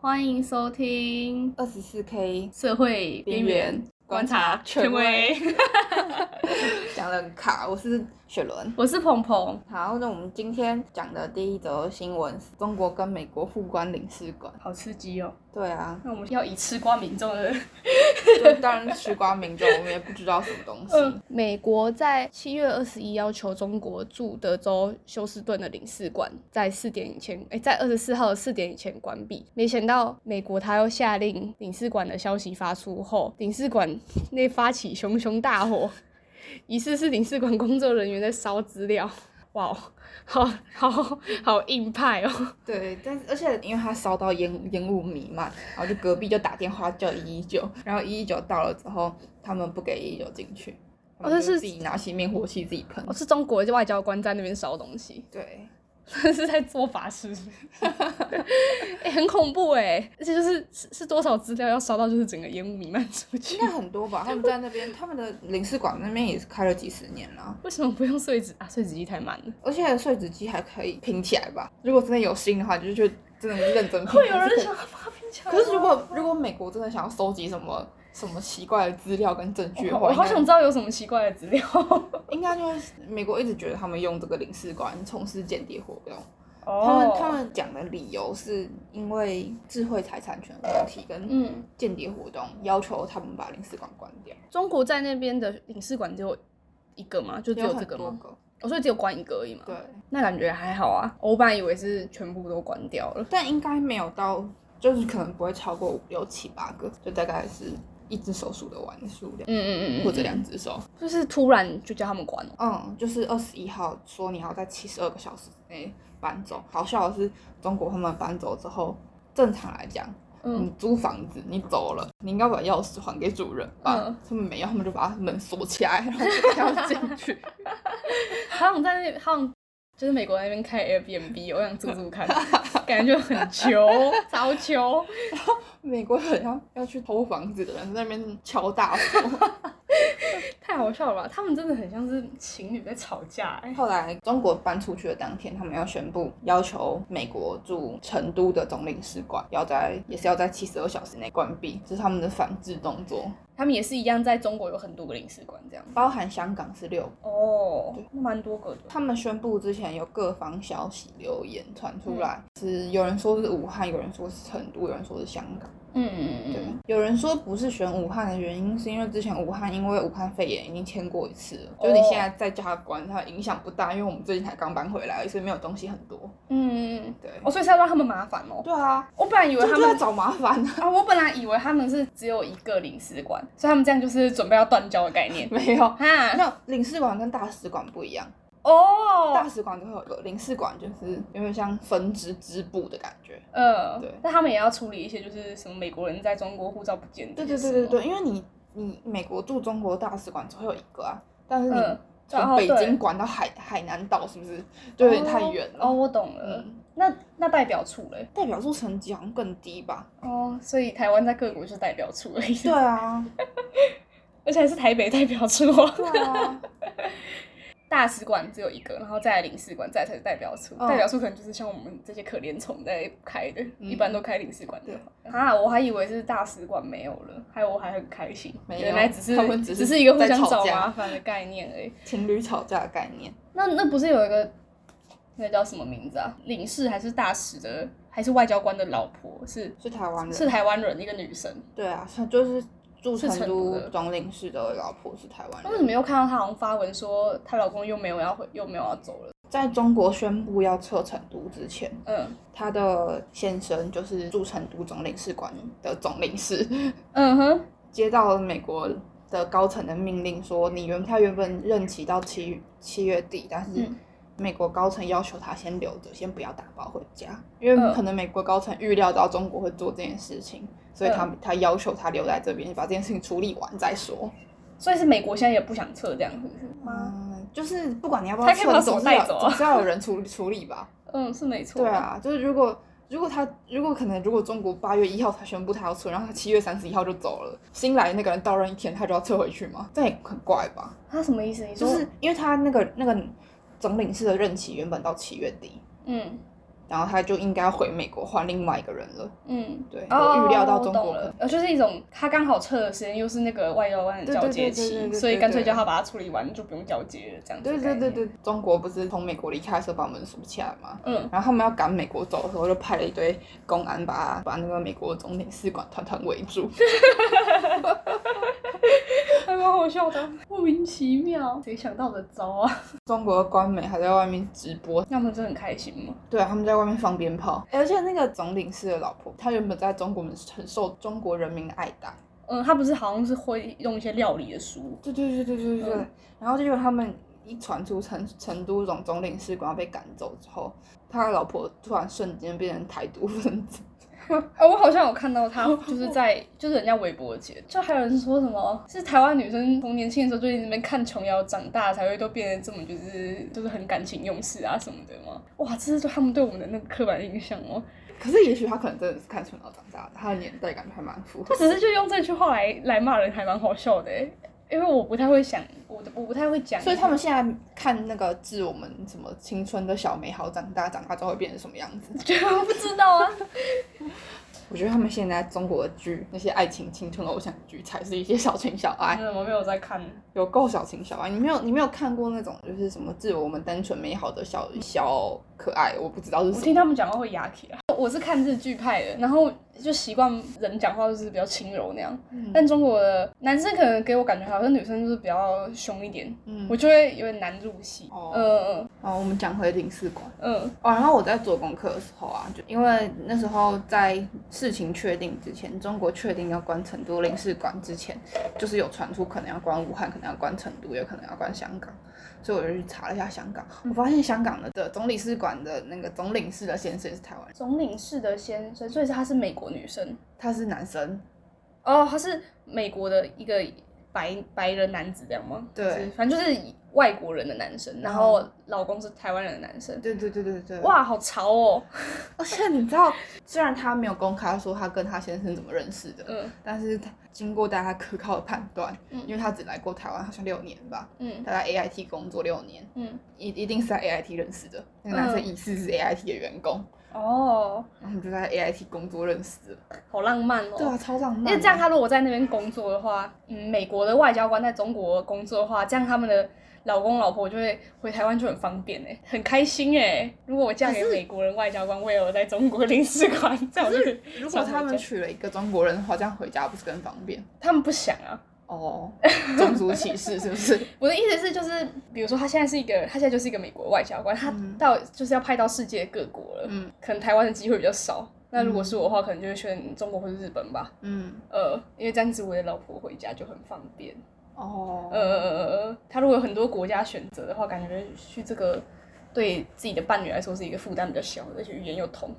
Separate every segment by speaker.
Speaker 1: 欢迎收听
Speaker 2: 二十四 K
Speaker 1: 社会边缘观察权威，
Speaker 2: 讲的很卡，我是雪伦。
Speaker 1: 我是鹏鹏，
Speaker 2: 好，那我们今天讲的第一则新闻是中国跟美国互关领事馆。
Speaker 1: 好刺激哦！，
Speaker 2: 对啊
Speaker 1: 那我们要以吃瓜民众的，
Speaker 2: 就当然吃瓜民众，我们也不知道什么东西。
Speaker 3: 美国在七月二十一要求中国驻德州休斯顿的领事馆在四点以前，哎、在二十四号的四点以前关闭。没想到美国他又下令领事馆的消息发出后，领事馆内发起熊熊大火， 疑似是领事馆工作人员在烧资料。哇哦，好好好硬派哦！
Speaker 2: 对，但是而且因为它烧到烟烟雾弥漫，然后就隔壁就打电话叫一一九，然后一一九到了之后，他们不给一一九进去，他们
Speaker 3: 哦这哦
Speaker 2: 就是自己拿起灭火器自己喷
Speaker 3: 我。是中国外交官在那边烧东西，
Speaker 2: 对，
Speaker 3: 是在做法事， 哎、很恐怖哎、而且就是是是多少资料要烧到，就是整个烟雾弥漫出去
Speaker 2: 应。该很多吧？他们在那边，他们的领事馆那边也是开了几十年了。
Speaker 3: 为什么不用碎纸啊？碎纸机太慢了。
Speaker 2: 而且碎纸机还可以拼起来吧？如果真的有心的话，你就去真的认真拼。还 是可以
Speaker 3: 要把冰墙
Speaker 2: 可是如果如果美国真的想要收集什么什么奇怪的资料跟证据的话，
Speaker 3: 我好
Speaker 2: 应该
Speaker 3: 想知道有什么奇怪的资 料。
Speaker 2: 应该就是美国一直觉得他们用这个领事馆从事间谍活动。他
Speaker 3: 哦
Speaker 2: 们他们讲的理由是因为智慧财产权的问题跟
Speaker 3: 嗯，
Speaker 2: 间谍活动，要求他们把领事馆关掉。
Speaker 3: 中国在那边的领事馆只有一个吗？就只有这
Speaker 2: 很
Speaker 3: 个
Speaker 2: 多
Speaker 3: 吗？哦
Speaker 2: 个，
Speaker 3: 我说只有关一个而已嘛。
Speaker 2: 对，，
Speaker 3: 那感觉还好啊。我本来以为是全部都关掉了。
Speaker 2: 但应该没有到，就是可能不会超过五六七八个，就大概是一只手数得完的数量。
Speaker 3: 嗯嗯嗯嗯，
Speaker 2: 或者两只手。
Speaker 3: 就是突然就叫他们关了。
Speaker 2: 嗯，就是二十一号说你要在七十二个小时之内搬走。好笑的是，中国他们搬走之后，正常来讲，
Speaker 3: 嗯
Speaker 2: 你租房子你走了，你应该把钥匙还给主人吧？
Speaker 3: 嗯
Speaker 2: 他们没有，他们就把门锁起来，然后就要进去。
Speaker 3: 好想在那，好想就是美国那边开 Airbnb，我想住住看，感觉就很穷，超穷。
Speaker 2: 美国人要要去偷房子的人在那边敲大锁。
Speaker 3: 太好笑了吧？他们真的很像是情侣在吵架、哎，
Speaker 2: 后来中国搬出去的当天，他们要宣布要求美国驻成都的总领事馆要在也是要在七十二小时内关闭，这是他们的反制动作。
Speaker 3: 他们也是一样，在中国有很多个领事馆这样。
Speaker 2: 包含香港是六个。
Speaker 3: 哦，那蛮多个的。
Speaker 2: 他们宣布之前有各方消息留言传出来，是有人说是武汉，有人说是成都，有人说是香港。
Speaker 3: 嗯嗯嗯
Speaker 2: 对，
Speaker 3: 嗯，
Speaker 2: 有人说不是选武汉的原因，是因为之前武汉因为武汉肺炎已经签过一次了，就是你
Speaker 3: 哦
Speaker 2: 现在再叫他关，它影响不大，因为我们最近才刚搬回来，所以没有东西很多。
Speaker 3: 嗯嗯嗯。
Speaker 2: 对，
Speaker 3: 哦，所以是要让他们麻烦哦。
Speaker 2: 对啊，
Speaker 3: 我本来以为
Speaker 2: 就
Speaker 3: 他
Speaker 2: 就在
Speaker 3: 们
Speaker 2: 找麻烦啊。。
Speaker 3: 啊，我本来以为他们是只有一个领事馆，所以他们这样就是准备要断交的概念
Speaker 2: 没有，没
Speaker 3: 哈，
Speaker 2: 有，领事馆跟大使馆不一样，大
Speaker 3: 哦，
Speaker 2: 使馆就会有个领事馆，就是有点像分支支部的感觉。
Speaker 3: 呃
Speaker 2: 对，
Speaker 3: 那他们也要处理一些就是什么美国人在中国护照不见的
Speaker 2: 对
Speaker 3: 这
Speaker 2: 对
Speaker 3: 些
Speaker 2: 对
Speaker 3: 事
Speaker 2: 对
Speaker 3: 吗，
Speaker 2: 对，因为你你美国驻中国大使馆只会有一个啊，但是你
Speaker 3: 嗯然
Speaker 2: 从
Speaker 3: 后
Speaker 2: 北
Speaker 3: 对
Speaker 2: 京管到海、海南岛，是不是就有点太远了？
Speaker 3: 哦，哦我懂了。
Speaker 2: 嗯，
Speaker 3: 那那代表处嘞？
Speaker 2: 代表处成绩好像更低吧？
Speaker 3: 哦，所以台湾在各国就代表处而已。
Speaker 2: 对啊，
Speaker 3: 而且还是台北代表处哦。
Speaker 2: 对 啊，
Speaker 3: 大使馆只有一个，然后再来领事馆，再才是代表处。
Speaker 2: 嗯
Speaker 3: 代表处可能就是像我们这些可怜虫在开的，
Speaker 2: 嗯
Speaker 3: 一般都开领事馆的。啊，我还以为是大使馆没有了，还有我还很开心，
Speaker 2: 没有
Speaker 3: 原来只是
Speaker 2: 他们只
Speaker 3: 只
Speaker 2: 是
Speaker 3: 是一个互
Speaker 2: 在
Speaker 3: 相
Speaker 2: 吵
Speaker 3: 找
Speaker 2: 架
Speaker 3: 麻烦的概念而已。
Speaker 2: 情侣吵架的概念，
Speaker 3: 那那不是有一个那个叫什么名字啊？领事还是大使的，还是外交官的老婆是
Speaker 2: 是台湾人，
Speaker 3: 是台湾人，一个女生。
Speaker 2: 对啊，是就是驻
Speaker 3: 是
Speaker 2: 成
Speaker 3: 成
Speaker 2: 都
Speaker 3: 都的
Speaker 2: 总领事的嗯老婆是台湾
Speaker 3: 那为什
Speaker 2: 人，
Speaker 3: 么又看到她好像发文说她老公又没有要回，又没有要走了？
Speaker 2: 在中国宣布要撤成都之前，
Speaker 3: 嗯
Speaker 2: 她的先生就是驻成都总领事馆的总领事，
Speaker 3: 嗯哼。
Speaker 2: 接到了美国的高层的命令，说你原他原本任期到七七月底，但是
Speaker 3: 嗯
Speaker 2: 美国高层要求他先留着，先不要打包回家，因为
Speaker 3: 嗯
Speaker 2: 可能美国高层预料到中国会做这件事情，所以他
Speaker 3: 嗯
Speaker 2: 他要求他留在这边，把这件事情处理完再说。
Speaker 3: 所以是美国现在也不想撤这样，是不是？吗？
Speaker 2: 嗯，就是不管你要不
Speaker 3: 他
Speaker 2: 要
Speaker 3: 可以
Speaker 2: 撤，
Speaker 3: 把
Speaker 2: 总
Speaker 3: 手
Speaker 2: 是
Speaker 3: 带
Speaker 2: 要
Speaker 3: 走啊
Speaker 2: 总是要有人处理处理吧。
Speaker 3: 嗯，是没错。
Speaker 2: 对，啊，就是如果如果他如果可能，如果中国八月一号他宣布他要撤，然后他七月三十一号就走了，新来那个人到任一天他就要撤回去吗？这也很怪吧？
Speaker 3: 他什么意思？你
Speaker 2: 就
Speaker 3: 说
Speaker 2: 是因为他那个那个总领事的任期原本到七月底，
Speaker 3: 嗯，
Speaker 2: 然后他就应该要回美国换另外一个人了。
Speaker 3: 嗯。
Speaker 2: 对，
Speaker 3: 哦
Speaker 2: 我预料到中
Speaker 3: 懂
Speaker 2: 国可
Speaker 3: 了
Speaker 2: 能，
Speaker 3: 呃，就是一种他刚好测的时间又是那个外交官的
Speaker 2: 对
Speaker 3: 交
Speaker 2: 对
Speaker 3: 接
Speaker 2: 对对对
Speaker 3: 期，
Speaker 2: 对
Speaker 3: 所以
Speaker 2: 对
Speaker 3: 干脆
Speaker 2: 对
Speaker 3: 叫他把它处理完，就不用交接了，这样子。
Speaker 2: 对对对，对，中国不是从美国离开的时候把门锁起来吗？
Speaker 3: 嗯，
Speaker 2: 然后他们要赶美国走的时候，就派了一堆公安把把那个美国总领事馆团团围 住。
Speaker 3: 还蛮好笑的，莫名其妙，谁想到的招啊？
Speaker 2: 中国的官媒还在外面直播，
Speaker 3: 那他们真的很开心吗？
Speaker 2: 对啊，他们在外面放鞭炮。而且那个总领事的老婆，她原本在中国很受中国人民的爱戴。
Speaker 3: 嗯，他不是好像是会用一些料理的书，
Speaker 2: 对对对对对对对。
Speaker 3: 嗯
Speaker 2: 然后结果他们一传出成成都总总领事馆要被赶走之后，他的老婆突然瞬间变成台独分子。
Speaker 3: 啊，我好像有看到他，就是在就是人家微博节，就还有人说什么是台湾女生从年轻的时候就一直在那边看琼瑶长大，才会都变得这么就是就是很感情用事啊什么的吗？哇，这是就他们对我们的那个刻板印象哦。
Speaker 2: 可是也许他可能真的是看春瑶长大的，他的年代感觉还蛮符合
Speaker 3: 他。只是就用这句话来来骂人，还蛮好笑的欸，因为我不太会想，我的我不太会讲，
Speaker 2: 所以 他们现在看那个致我们什么青春的小美好，长大长大之后会变成什么样子？
Speaker 3: 觉得我不知道啊。
Speaker 2: 我觉得他们现在中国的剧，那些爱情青春偶像剧，才是一些小情小爱，
Speaker 3: 真的我没有在看，
Speaker 2: 有够小情小爱。啊你没有你没有看过那种就是什么致我们单纯美好的小小可爱，我不知道是
Speaker 3: 我
Speaker 2: 什
Speaker 3: 听
Speaker 2: 么。
Speaker 3: 他们讲话会牙起来。我是看日剧派的，然后就习惯人讲话就是比较轻柔那样。
Speaker 2: 嗯
Speaker 3: 但中国的男生可能给我感觉好像女生就是比较凶一点，
Speaker 2: 嗯
Speaker 3: 我就会有点难入戏。
Speaker 2: 哦
Speaker 3: 嗯
Speaker 2: 然后我们讲回领事馆。
Speaker 3: 嗯嗯
Speaker 2: 哦，然后我在做功课的时候啊，就因为那时候在事情确定之前，中国确定要关成都领事馆之前，就是有传出可能要关武汉，可能要关成都，有可能要关香港，所以我就去查了一下香港，我发现香港的的总领事馆的那个总领事的先生是台湾人，
Speaker 3: 总领事的先生，所以她是美国女生
Speaker 2: 他是男生，
Speaker 3: 哦，她是美国的一个白白人男子这样吗？
Speaker 2: 对
Speaker 3: 就是反正就是外国人的男生，然后老公是台湾人的男生。
Speaker 2: 对对对对对，哇！
Speaker 3: 哇，好潮哦！
Speaker 2: 而且啊你知道，虽然他没有公开说他跟他先生怎么认识的，
Speaker 3: 嗯
Speaker 2: 但是他经过大家可靠的判断，
Speaker 3: 嗯
Speaker 2: 因为他只来过台湾好像六年吧，
Speaker 3: 嗯
Speaker 2: 他在 AIT 工作六年。
Speaker 3: 嗯，
Speaker 2: 一一定是在 AIT 认识的，那个男生
Speaker 3: 嗯
Speaker 2: 疑似是 AIT 的员工，
Speaker 3: 哦，
Speaker 2: 然后我们就在 AIT 工作认识的。
Speaker 3: 好浪漫哦。
Speaker 2: 对啊，超浪漫
Speaker 3: 因
Speaker 2: 的。
Speaker 3: 为这样，他如果在那边工作的话，嗯，美国的外交官在中国工作的话，这样他们的老公老婆就会回台湾就很方便哎、很开心哎、如果我嫁给美国人外交官，我也有在中国领事馆，这样我就可以
Speaker 2: 如果他
Speaker 3: 常回
Speaker 2: 们
Speaker 3: 家
Speaker 2: 娶了一个中国人的话，这样回家不是更方便？
Speaker 3: 他们不想啊。
Speaker 2: 哦，种族歧视是不 是？
Speaker 3: 我的意思是，就是比如说，他现在是一个，他现在就是一个美国外交官，他
Speaker 2: 嗯
Speaker 3: 到就是要派到世界各国了，
Speaker 2: 嗯
Speaker 3: 可能台湾的机会比较少。那如果是我的话，可能就会选中国或者日本吧，
Speaker 2: 嗯，
Speaker 3: 呃，因为这样子我的老婆回家就很方便。
Speaker 2: 哦，
Speaker 3: 呃，他如果有很多国家选择的话，感觉去这个对自己的伴侣来说是一个负担比较小的，而且语言又通。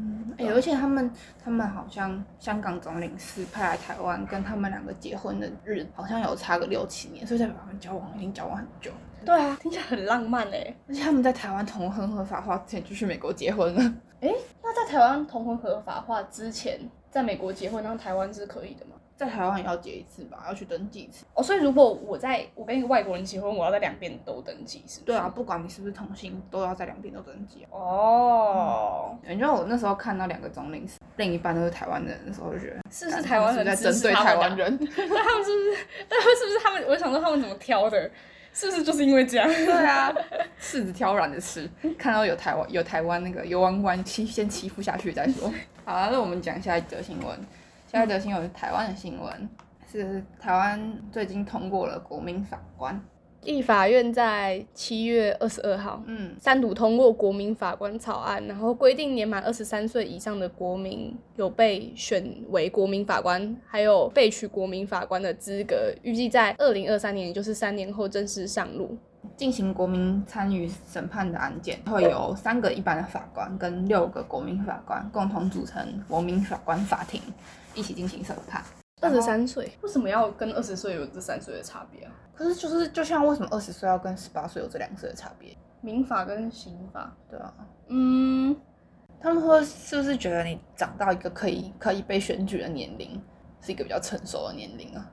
Speaker 2: 嗯，
Speaker 3: 啊
Speaker 2: 哎、而且他们他们好像香港总领事派来台湾，跟他们两个结婚的日好像有差个六七年，所以代表他们交往已经交往很久。
Speaker 3: 对啊，听起来很浪漫哎、欸。
Speaker 2: 而且他们在台湾同婚合法化之前就去美国结婚了。
Speaker 3: 那在台湾同婚合法化之前，在美国结婚，然后台湾是可以的吗？
Speaker 2: 在台湾也要结一次吧，要去登记一次。
Speaker 3: 哦，所以如果我在我跟一个外国人结婚，我要在两边都登记，是不是？
Speaker 2: 对啊，。不管你是不是同性，都要在两边都登记啊。
Speaker 3: 哦，
Speaker 2: 你知道我那时候看到两个中领事，另一半都是台湾人的时候，就觉得
Speaker 3: 是不是台湾
Speaker 2: 是
Speaker 3: 人
Speaker 2: 不是在
Speaker 3: 支
Speaker 2: 针
Speaker 3: 持
Speaker 2: 对
Speaker 3: 他
Speaker 2: 台
Speaker 3: 们啊
Speaker 2: 湾？人。
Speaker 3: 但他们是不是？但他们是不是他们？我想说他们怎么挑的？是不是就是因为 这样？
Speaker 2: 对啊， 柿子挑软的吃。看到有台湾有台湾那个游玩关欺先欺负下去再 说。好啊，那我们讲下一则新闻。下一则新闻是台湾的新闻，是台湾最近通过了国民法官。
Speaker 4: 立法院在七月二十二号
Speaker 2: 嗯，
Speaker 4: 三读通过国民法官草案，然后规定年满二十三岁以上的国民有被选为国民法官，还有被取国民法官的资格，预计在二零二三年，也就是三年后正式上路。
Speaker 2: 进行国民参与审判的案件，会由三个一般的法官跟六个国民法官共同组成国民法官法庭，一起进行审判。
Speaker 4: 二
Speaker 2: 然
Speaker 4: 十
Speaker 2: 后
Speaker 4: 三岁，
Speaker 3: 为什么要跟二十岁有这三岁的差别啊？
Speaker 2: 可是就是就像为什么二十岁要跟十八岁有这两岁的差别？
Speaker 3: 民法跟刑法，
Speaker 2: 对啊，
Speaker 3: 嗯，
Speaker 2: 他们说是不是觉得你长到一个可以可以被选举的年龄，是一个比较成熟的年龄啊？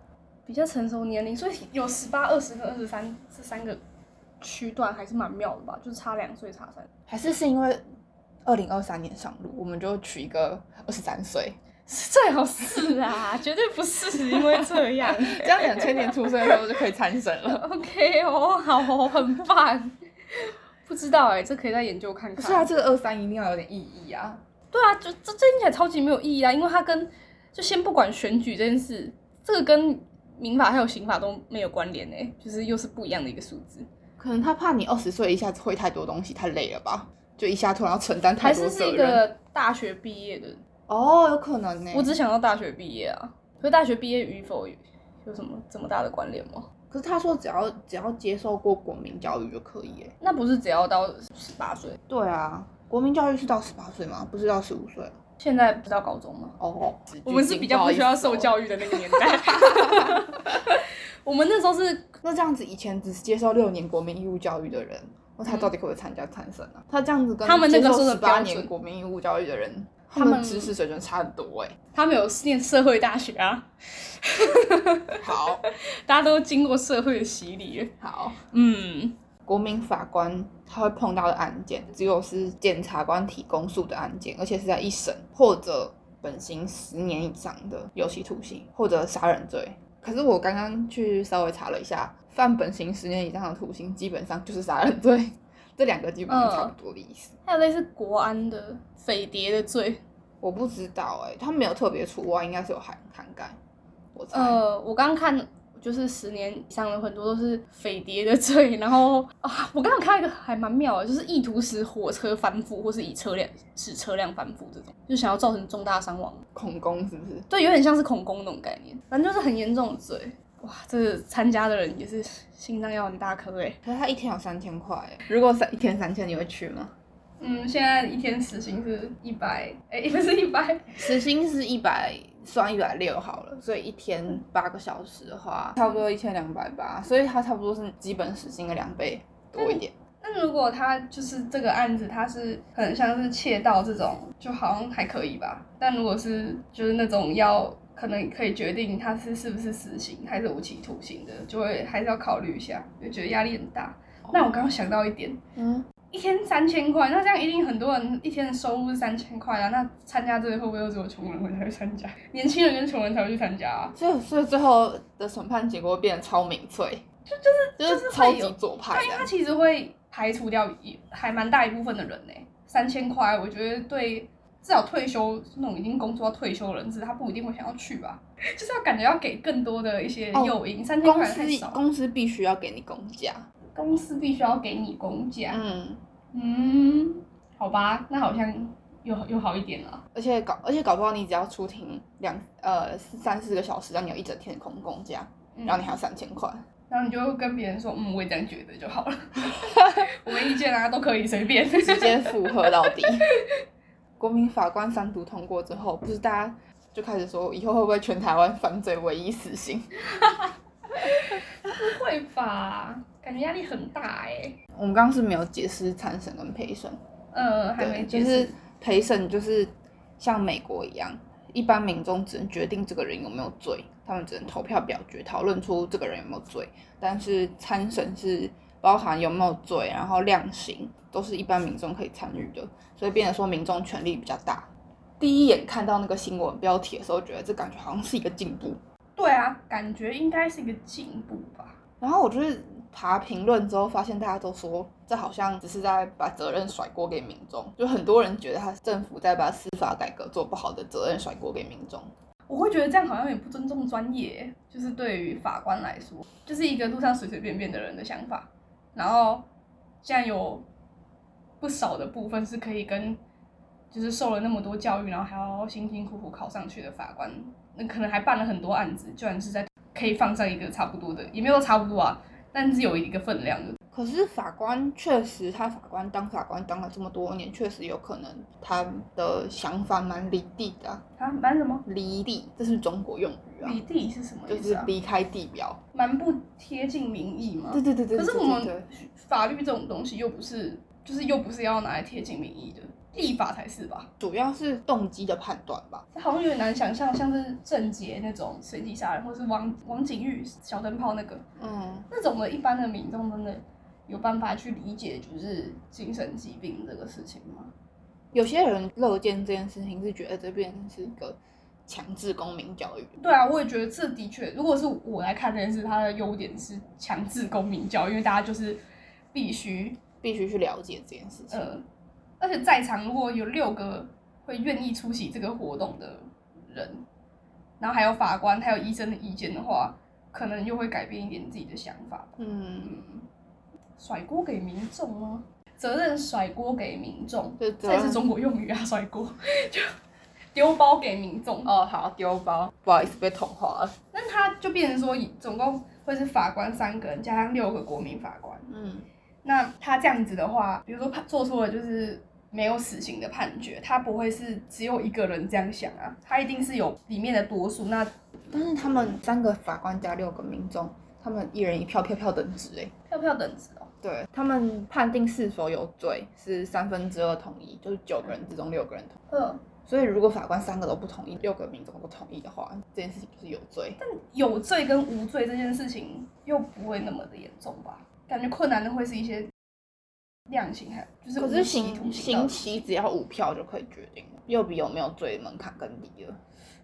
Speaker 3: 比较成熟年龄，所以有十八、二十跟二十三 这三个区段还是蛮妙的吧，就是差两岁差三。
Speaker 2: 还是是因为二零二三年上路，我们就娶一个二十三 岁，
Speaker 3: 最好是啊，绝对不是因为这样。
Speaker 2: 这样两千年出生的时候就可以参审 了。
Speaker 3: OK 哦，好哦，很棒。不知道哎、这可以再研究看
Speaker 2: 可
Speaker 3: 看。
Speaker 2: 是啊，这个二三一定要有点意义啊。
Speaker 3: 对啊，就这这听起来超级没有意义啊，因为它跟就先不管选举这件事，这个跟民法还有刑法都没有关联哎、就是又是不一样的一个数字。
Speaker 2: 可能他怕你二十岁一下子会太多东西，太累了吧？就一下突然要承担
Speaker 3: 还
Speaker 2: 太多
Speaker 3: 是是
Speaker 2: 责
Speaker 3: 一
Speaker 2: 任。
Speaker 3: 个大学毕业的，
Speaker 2: 哦，有可能呢、
Speaker 3: 我只想到大学毕业啊。可是大学毕业与否有有什么这么大的关联吗？
Speaker 2: 可是他说只要只要接受过国民教育就可以耶。
Speaker 3: 那不是只要到十八岁，
Speaker 2: 对啊，国民教育是到十八岁吗？不是到十五岁哦
Speaker 3: 现在不是到高中吗？
Speaker 2: 哦。
Speaker 3: 我们是比较不需要受
Speaker 2: 育。
Speaker 3: 教育的那个年代。 我们那时候是
Speaker 2: 哦那这样子，以前只是接受六年国民义务教育的人，那他到底可不可以参加参审啊？他这样子跟
Speaker 3: 他们那个时候的
Speaker 2: 十八
Speaker 3: 标准
Speaker 2: 年国民义务教育的人，
Speaker 3: 他
Speaker 2: 他们
Speaker 3: 们
Speaker 2: 知识水准差很多哎、
Speaker 3: 他们有念社会大学啊，
Speaker 2: 好
Speaker 3: 大家都经过社会的洗礼。
Speaker 2: 好，
Speaker 3: 嗯，
Speaker 2: 国民法官他会碰到的案件，只有是检察官提公诉的案件，而且是在一审或者本刑十年以上的有期徒刑或者杀人罪。可是我刚刚去稍微查了一下，犯本刑十年以上的徒刑，基本上就是杀人罪， 这两个基本上差不多的意思。
Speaker 3: 还有类似国安的匪谍的罪。
Speaker 2: 我不知道哎、他没有特别除外，应该是有涵涵盖。我猜、
Speaker 3: 呃，我刚看就是十年以上的很多都是匪谍的罪，然后 啊，我刚刚看到一个还蛮妙的，就是意图使火车翻覆或是以车辆使车辆翻覆这种，就想要造成重大伤亡。
Speaker 2: 恐攻是不是？
Speaker 3: 对，有点像是恐攻那种概念，反正就是很严重的罪。哇，这个参加的人也是心脏要很大颗哎、
Speaker 2: 可是他一天有三千块欸，如果三一天三千，你会去吗？
Speaker 3: 嗯，现在一天死刑是一百，哎，不是一百，
Speaker 2: 时薪是一百，算一百六好了，所以一天八个小时的话，差不多一千两百八，所以它差不多是基本时薪的两倍多一点。
Speaker 3: 那如果他就是这个案子，他是很像是窃盗这种，就好像还可以吧。但如果是就是那种要可能可以决定他是是不是死刑还是无期徒刑的，就会还是要考虑一下，就觉得压力很大。那我刚刚想到一点，
Speaker 2: 嗯，
Speaker 3: 一天三千块，那这样一定很多人一天的收入是三千块啊。那参加这个会不会又只有穷人会才会参加？年轻人跟穷人才会去参加啊？
Speaker 2: 所以所以最后的审判结果变得超民粹，就就是
Speaker 3: 就是
Speaker 2: 超
Speaker 3: 会
Speaker 2: 级
Speaker 3: 有
Speaker 2: 左派
Speaker 3: 那因为它
Speaker 2: 的。
Speaker 3: 其实会排除掉一还蛮大一部分的人呢、三千块，我觉得对至少退休那种已经工作到退休的人士，他不一定会想要去吧， 就是要感觉要给更多的一些
Speaker 2: 哦
Speaker 3: 诱因，三千
Speaker 2: 公
Speaker 3: 块太
Speaker 2: 司
Speaker 3: 少。
Speaker 2: 公司必须要给你公假，
Speaker 3: 公司必须要给你公假，
Speaker 2: 嗯，
Speaker 3: 嗯，好吧，那好像又又好一点了。
Speaker 2: 而且搞而且搞不好你只要出庭两呃四三四个小时，让你有一整天的空公假，
Speaker 3: 嗯
Speaker 2: 然后你还有三千块，
Speaker 3: 然后你就跟别人说，嗯，我也这样觉得就 好了，我没意见啊，都可以随便。
Speaker 2: 直接附和到底。 国民法官三读通过之后，不是大家就开始说，以后会不会全台湾犯罪唯一死刑？
Speaker 3: 会吧？感觉压力很大哎、
Speaker 2: 我们刚刚是没有解释参审跟陪审，
Speaker 3: 嗯，还
Speaker 2: 对，
Speaker 3: 没
Speaker 2: 就
Speaker 3: 解
Speaker 2: 是
Speaker 3: 释。
Speaker 2: 陪审就是像美国一样，一般民众只能决定这个人有没有罪，他们只能投票表决，讨论出这个人有没有罪。但是参审是包含有没有罪，然后量刑都是一般民众可以参与的，所以变得说民众权力比较大。第一眼看到那个新闻标题的时候，觉得这感觉好像是一个进步，
Speaker 3: 对啊，感觉应该是一个进步吧。
Speaker 2: 然后我就是爬评论之后，发现大家都说这好像只是在把责任甩锅给民众，就很多人觉得他政府在把司法改革做不好的责任甩锅给民众。
Speaker 3: 我会觉得这样好像也不尊重专业，就是对于法官来说，就是一个路上随随便便的人的想法。然后现在有不少的部分是可以跟，就是受了那么多教育，然后还要辛辛苦苦考上去的法官，那可能还办了很多案子，居然是在可以放上一个差不多的，也没有差不多啊，但是有一个分量的。
Speaker 2: 可是法官确实，他法官当法官当了这么多年，确实有可能他的想法蛮离地的啊、
Speaker 3: 啊，蛮什么？
Speaker 2: 离地，这是中国用语啊
Speaker 3: 离，地是什么
Speaker 2: 就
Speaker 3: 意思
Speaker 2: 是
Speaker 3: 啊？
Speaker 2: 离开地表。啊
Speaker 3: 蛮不贴近民意吗？
Speaker 2: 对对对对。
Speaker 3: 可是
Speaker 2: 对
Speaker 3: 我们
Speaker 2: 对对
Speaker 3: 法律这种东西又不是，就是又不是要拿来贴近民意的，立法才是吧？
Speaker 2: 主要是动机的判断吧。
Speaker 3: 好像有点难想象，像是郑杰那种随机杀人，或是王王景玉小灯泡那个
Speaker 2: 嗯，
Speaker 3: 那种的，一般的民众真的有办法去理解就是精神疾病这个事情吗？
Speaker 2: 有些人乐见这件事情，是觉得这变成是一个强制公民教育。
Speaker 3: 对啊，我也觉得这的确，如果是我来看这件事，它的优点是强制公民教育，因为大家就是必须，
Speaker 2: 必须去了解这件事情。
Speaker 3: 呃，而且在场如果有六个会愿意出席这个活动的人，然后还有法官，还有医生的意见的话，可能又会改变一点自己的想法吧。
Speaker 2: 嗯，
Speaker 3: 甩锅给民众吗？责任甩锅给民众，
Speaker 2: 就
Speaker 3: 这也是中国用语啊，甩锅 就丢包给民众。
Speaker 2: 哦，好丢包，不好意思被同化了。
Speaker 3: 那他就变成说，总共会是法官三个人加上六个国民法官。
Speaker 2: 嗯，
Speaker 3: 那他这样子的话，比如说判做出了就是没有死刑的判决，他不会是只有一个人这样想啊，他一定是有里面的多数。那
Speaker 2: 但是他们三个法官加六个民众，他们一人一票，票票等值哎。
Speaker 3: 票票等值哦，
Speaker 2: 对他们判定是否有罪是三分之二同意，就是九个人之中六个人同意。
Speaker 3: 嗯，
Speaker 2: 所以如果法官三个都不同意，六个民众都同意的话，这件事情就是有罪。
Speaker 3: 有罪跟无罪这件事情又不会那么的严重吧？感觉困难的会是一些量刑，还就是
Speaker 2: 可
Speaker 3: 无期
Speaker 2: 是刑
Speaker 3: 徒
Speaker 2: 刑
Speaker 3: 刑
Speaker 2: 期只要五票就可以决定了，又比有没有罪门槛更低了。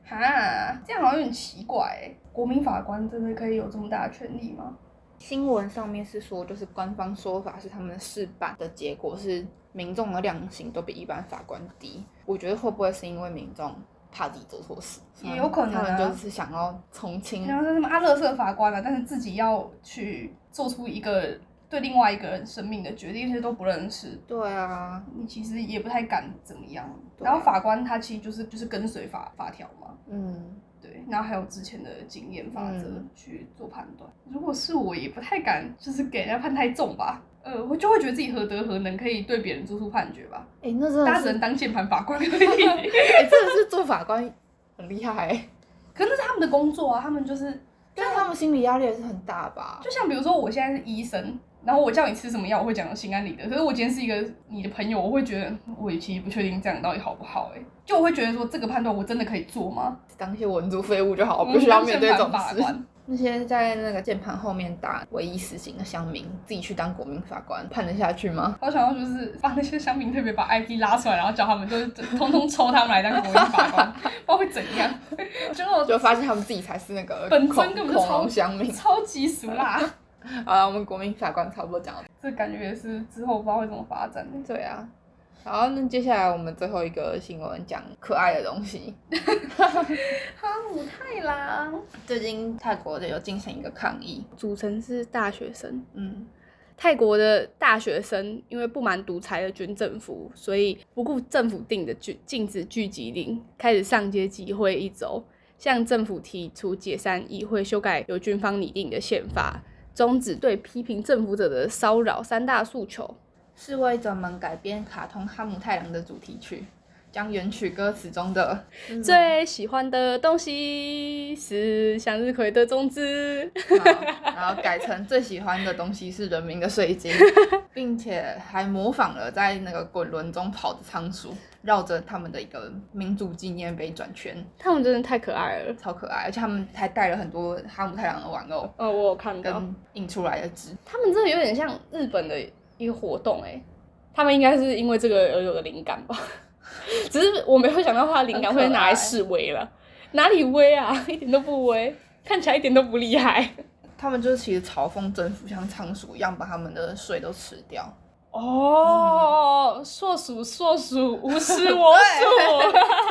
Speaker 3: 哈，啊这样好像有点奇怪哎、国民法官真的可以有这么大的权利吗？
Speaker 2: 新闻上面是说，就是官方说法是他们试办的结果是民众的量刑都比一般法官低。我觉得会不会是因为民众怕自己做错事，
Speaker 3: 也有可能啊
Speaker 2: 他们就是想要从轻
Speaker 3: 然后是什么阿勒瑟法官啊，但是自己要去做出一个对另外一个人生命的决定，其实都不认识，
Speaker 2: 对啊，
Speaker 3: 你其实也不太敢怎么样。
Speaker 2: 对啊
Speaker 3: 然后法官他其实就是就是跟随法法条嘛，
Speaker 2: 嗯，
Speaker 3: 对，然后还有之前的经验法则
Speaker 2: 嗯
Speaker 3: 去做判断。如果是我，也不太敢就是给人家判太重吧。呃，我就会觉得自己何德何能，可以对别人做出判决吧。
Speaker 2: 哎、那
Speaker 3: 大
Speaker 2: 真的
Speaker 3: 家只
Speaker 2: 是
Speaker 3: 能，当键盘法官而 已，
Speaker 2: 哎、真的是做法官很厉害、欸，
Speaker 3: 可能那是他们的工作啊，他们就是
Speaker 2: 但是他们心理压力也是很大吧？
Speaker 3: 就像比如说，我现在是医生，然后我叫你吃什么药，我会讲的心安理得。可是我今天是一个你的朋友，我会觉得我其实不确定这样到底好不好、欸。哎，就我会觉得说这个判断我真的可以做吗？
Speaker 2: 当一些文牍废物就好，
Speaker 3: 我
Speaker 2: 哦不需要面对这种
Speaker 3: 法
Speaker 2: 事。
Speaker 3: 官。
Speaker 2: 那些在那个键盘后面打唯一死刑的乡民，自己去当国民法官，判得下去吗？
Speaker 3: 好想要就是把那些乡民特别把 IP 拉出来，然后叫他们就是通通抽他们来当国民法 官，不知道会怎样。觉得我
Speaker 2: 就发现他们自己才是那个
Speaker 3: 本尊
Speaker 2: 恐
Speaker 3: 根本就
Speaker 2: 恐
Speaker 3: 超
Speaker 2: 龙乡民。
Speaker 3: 超级俗辣，
Speaker 2: 好了，我们国民法官差不多讲了。
Speaker 3: 这感觉也是之后不知道会怎么发展、欸。
Speaker 2: 对啊，然后那接下来我们最后一个新闻讲可爱的东西。
Speaker 3: 哈姆太郎，
Speaker 2: 最近泰国的有进行一个抗议，
Speaker 4: 组成是大学生。
Speaker 2: 嗯，
Speaker 4: 泰国的大学生因为不满独裁的军政府，所以不顾政府定的聚禁止聚集令，开始上街集会一周，向政府提出解散议会、修改由军方拟定的宪法、终止对批评政府者的骚扰三大诉求。
Speaker 2: 示威者们改编卡通《哈姆太郎》的主题曲，将原曲歌词中的
Speaker 4: 最喜欢的东西是向日葵的种子。
Speaker 2: 好然后改成最喜欢的东西是人民的税 金，并且还模仿了在那个滚轮中跑的仓鼠，绕着他们的一个民主纪念碑转圈，
Speaker 4: 他们真的太可爱了。
Speaker 2: 超可爱。而且他们还带了很多哈姆太郎的玩偶
Speaker 4: 嗯，我有看到，
Speaker 2: 跟印出来的纸。
Speaker 4: 他们真的有点像日本的一个活动哎、他们应该是因为这个而有的灵感吧。 只是我没有想到他的灵感
Speaker 2: 很可爱
Speaker 4: 会拿来示威了，哪里威啊？ 一点都不威，看起来一点都不厉害。
Speaker 2: 他们就是其实嘲讽政府像仓鼠一样把他们的税都吃 掉，
Speaker 4: 哦，硕鼠硕鼠，无视我鼠，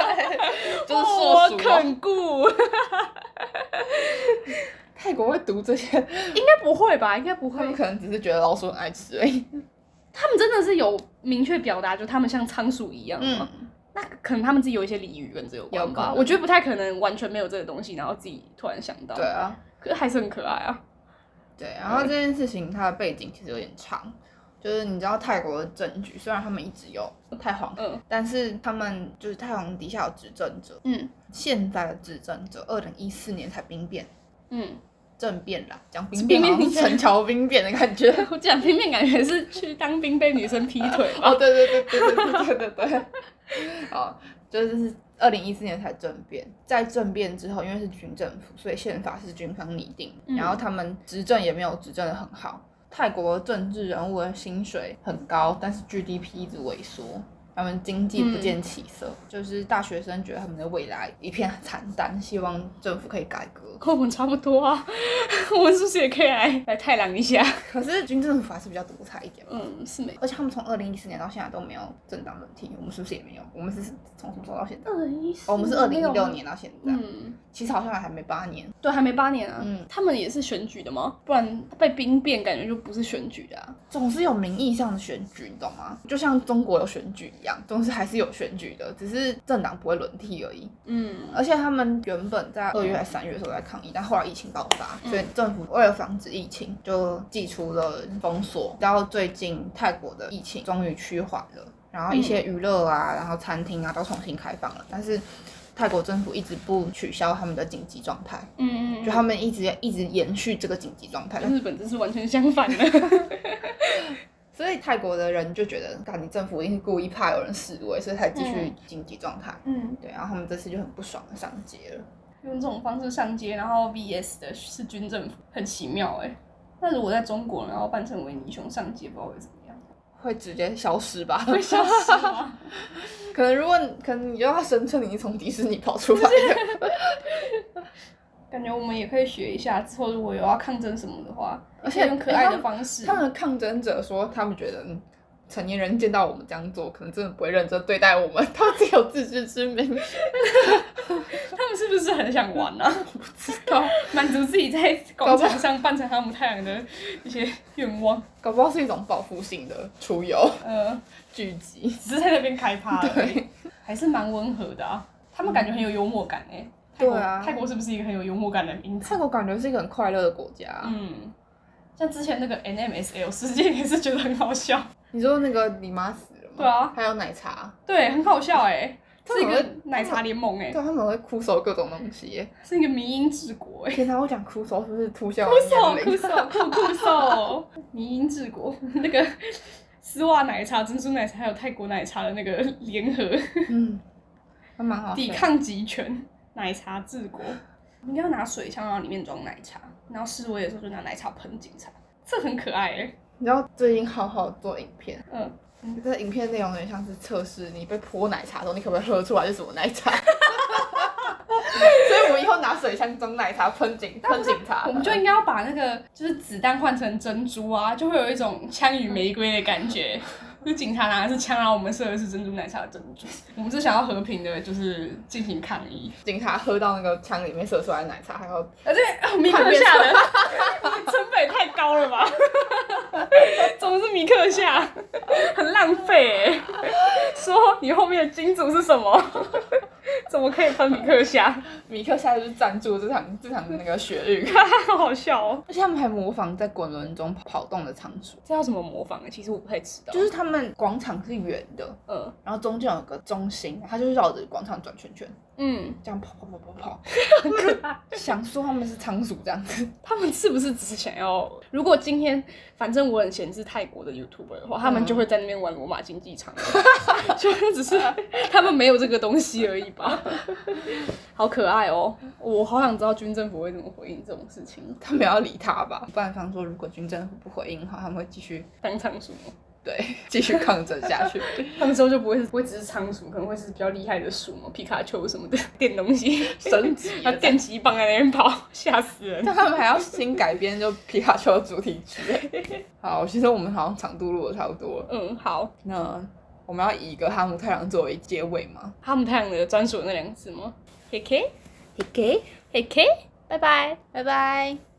Speaker 2: 就是
Speaker 4: 我
Speaker 2: 硕鼠哦、
Speaker 4: 肯顾。
Speaker 2: 泰国会读这些，
Speaker 4: 应该不会吧？应该不
Speaker 2: 他们
Speaker 4: 会。
Speaker 2: 可能只是觉得老鼠很爱吃而已。
Speaker 4: 他们真的是有明确表达，就他们像仓鼠一样吗？
Speaker 2: 嗯，
Speaker 4: 那可能他们自己有一些俚语跟这有关
Speaker 2: 有可
Speaker 4: 吧，
Speaker 2: 能
Speaker 4: 我觉得不太可能完全没有这个东西，然后自己突然想到。
Speaker 2: 对，啊。
Speaker 4: 可是还是很可爱啊。
Speaker 2: 对，然后这件事情它的背景其实有点长，就是你知道泰国的政局，虽然他们一直有太皇，
Speaker 4: 嗯
Speaker 2: 但是他们就是太皇底下有执政者，
Speaker 4: 嗯
Speaker 2: 现在的执政者二零一四年才兵变，
Speaker 4: 嗯，
Speaker 2: 政变啦，讲兵变
Speaker 4: 兵
Speaker 2: 好
Speaker 4: 变
Speaker 2: 像陈桥兵变的感觉。
Speaker 4: 我讲平面感觉是去当兵被女生劈腿吧。
Speaker 2: 哦，对对对对对对对对对，哦，就是二零一四年才政变，在政变之后，因为是军政府，所以宪法是军方拟定，
Speaker 4: 嗯
Speaker 2: 然后他们执政也没有执政的很好。泰国政治人物的薪水很高，但是 GDP 一直萎缩。他们经济不见起色，就是大学生觉得他们的未来一片惨淡，希望政府可以改革。
Speaker 3: 跟我们差不 多啊，我们是不是也可以来来太郎一下？
Speaker 2: 可是军政府还是比较独裁一点。
Speaker 3: 嗯，是没。
Speaker 2: 而且他们从二零一四年到现在都没有政党轮替，我们是不是也没有？我们是从什么时候到现在？
Speaker 3: 二零一四，
Speaker 2: 哦，我们是二零一六。年到现在，
Speaker 3: 嗯，
Speaker 2: 其实好像还没八年。
Speaker 3: 对，还没八年啊。
Speaker 2: 嗯
Speaker 3: 他们也是选举的吗？不然被兵变，感觉就不是选举的啊。
Speaker 2: 总是有名义上的选举，你懂吗？就像中国有选举一样，总是还是有选举的，只是政党不会轮替而已。
Speaker 3: 嗯，
Speaker 2: 而且他们原本在二月还是三月的时候在抗议，但后来疫情爆发，
Speaker 3: 嗯
Speaker 2: 所以政府为了防止疫情，就祭出了封锁。到最近泰国的疫情终于趋缓了，然后一些娱乐啊，然后餐厅啊都重新开放了，但是泰国政府一直不取消他们的紧急状态，
Speaker 3: 嗯嗯
Speaker 2: 就他们一直一直延续这个紧急状态，但
Speaker 3: 嗯，日本真是完全相反的。
Speaker 2: 所以泰国的人就觉得，干你政府一定是故意怕有人示威，所以才继续
Speaker 3: 嗯
Speaker 2: 紧急状态。
Speaker 3: 嗯，
Speaker 2: 对，然后他们这次就很不爽的上街了。
Speaker 3: 用这种方式上街，然后 VS 的是军政府，很奇妙哎、那如果在中国，然后扮成维尼熊上街，不知道会怎么 样？
Speaker 2: 会直接消失 吧？
Speaker 3: 会消失吗？
Speaker 2: 可能如果可能你就要声称你是从迪士尼跑出来 的，
Speaker 3: 感觉我们也可以学一下，之后如果有要抗争什么的话，
Speaker 2: 而
Speaker 3: 可以用可爱的方式。
Speaker 2: 他们的抗争者说，他们觉得嗯成年人见到我们这样做，可能真的不会认真对待我们，他们自己有自知之明，
Speaker 3: 他们是不是很想玩啊？
Speaker 2: 知 道？
Speaker 3: 满足自己在广场上扮成哈姆太郎的一些愿望，
Speaker 2: 搞不好是一种报复性的出游嗯
Speaker 3: 呃，
Speaker 2: 聚集。
Speaker 3: 只是在那边开趴而已
Speaker 2: 对，
Speaker 3: 还是蛮温和的啊。他们感觉很有幽默感哎、泰
Speaker 2: 对
Speaker 3: 国
Speaker 2: 啊
Speaker 3: 泰国是不是一个很有幽默感的民族？
Speaker 2: 泰国感觉是一个很快乐的国家、啊
Speaker 3: 嗯，像之前那个 NMSL 事件也是觉得很好笑，
Speaker 2: 你说那个你妈死了吗？
Speaker 3: 对啊
Speaker 2: 还有奶茶，
Speaker 3: 对，很好笑哎、
Speaker 2: 他
Speaker 3: 是
Speaker 2: 们
Speaker 3: 一
Speaker 2: 好
Speaker 3: 个
Speaker 2: 像
Speaker 3: 奶茶联盟哎、
Speaker 2: 对，他们会哭手各种东西耶。
Speaker 3: 是一个迷因治国 哎、
Speaker 2: 天哪，我讲哭手是不是凸显
Speaker 3: 酷
Speaker 2: 我的
Speaker 3: 手
Speaker 2: 年
Speaker 3: 酷
Speaker 2: 龄
Speaker 3: 手酷酷手， 迷因治国那个丝袜奶茶、珍珠奶茶还有泰国奶茶的那个联 合
Speaker 2: 嗯，还蛮好笑的。
Speaker 3: 抵抗集权，奶茶治国。我们应该要拿水枪，然后里面装奶茶，然后示威的时候就拿奶茶喷警察，这很可爱哎、
Speaker 2: 你知道最近好好做影片，
Speaker 3: 嗯，
Speaker 2: 这影片内容有点像是测试你被泼奶茶的时候，你可不可以喝出来是什么奶 茶。所以我们以后拿水枪装奶茶喷警喷警察，
Speaker 3: 我们就应该要把那个就是子弹换成珍珠啊，就会有一种枪与玫瑰的感觉。就警察拿的是枪，然后我们射的是珍珠奶茶的珍珠。我们是想要和平的，就是进行抗议。
Speaker 2: 警察喝到那个枪里面射出来的奶茶，还要
Speaker 3: 而且啊米克夏的成本也太高了吧？ 怎么是米克夏？很浪费哎、说你后面的金主是什么？怎么可以分米克夏？
Speaker 2: 米克夏就是赞助这场这场那个雪域，
Speaker 3: 好好笑哦！
Speaker 2: 而且他们还模仿在滚轮中跑动的场所，
Speaker 3: 这要怎么模仿呢？啊其实我不太知道。
Speaker 2: 就是他们广场是圆的，
Speaker 3: 呃，
Speaker 2: 然后中间有个中心，它就是绕着广场转圈圈，
Speaker 3: 嗯，
Speaker 2: 这样跑跑跑跑跑，想说他们是仓鼠这样子。
Speaker 3: 他们是不是只是想要？如果今天反正我很闲是泰国的 YouTuber 的话，他们就会在那边玩罗马竞技场，就只是他们没有这个东西而已吧。好可爱哦！我好想知道军政府会怎么回应这种事情，
Speaker 2: 他们要理他吧。办方说，如果军政府不回应的话，他们会继续
Speaker 3: 当仓鼠吗？
Speaker 2: 对继续抗争下去。
Speaker 3: 他们之后就不会是不会只是仓鼠，可能会是比较厉害的鼠嘛，皮卡丘什么的，电东西，
Speaker 2: 升级了
Speaker 3: 要电击棒在那边跑，吓死人。
Speaker 2: 但他们还要新改编，就皮卡丘的主题曲。 好，其实我们好像长度录的差不多了。
Speaker 3: 嗯，好，
Speaker 2: 那我们要以一个哈姆太郎作为结尾吗？
Speaker 3: 哈姆太阳的专属的那两只吗？K K
Speaker 4: K K，
Speaker 3: K K。
Speaker 4: 拜拜，
Speaker 2: 拜拜。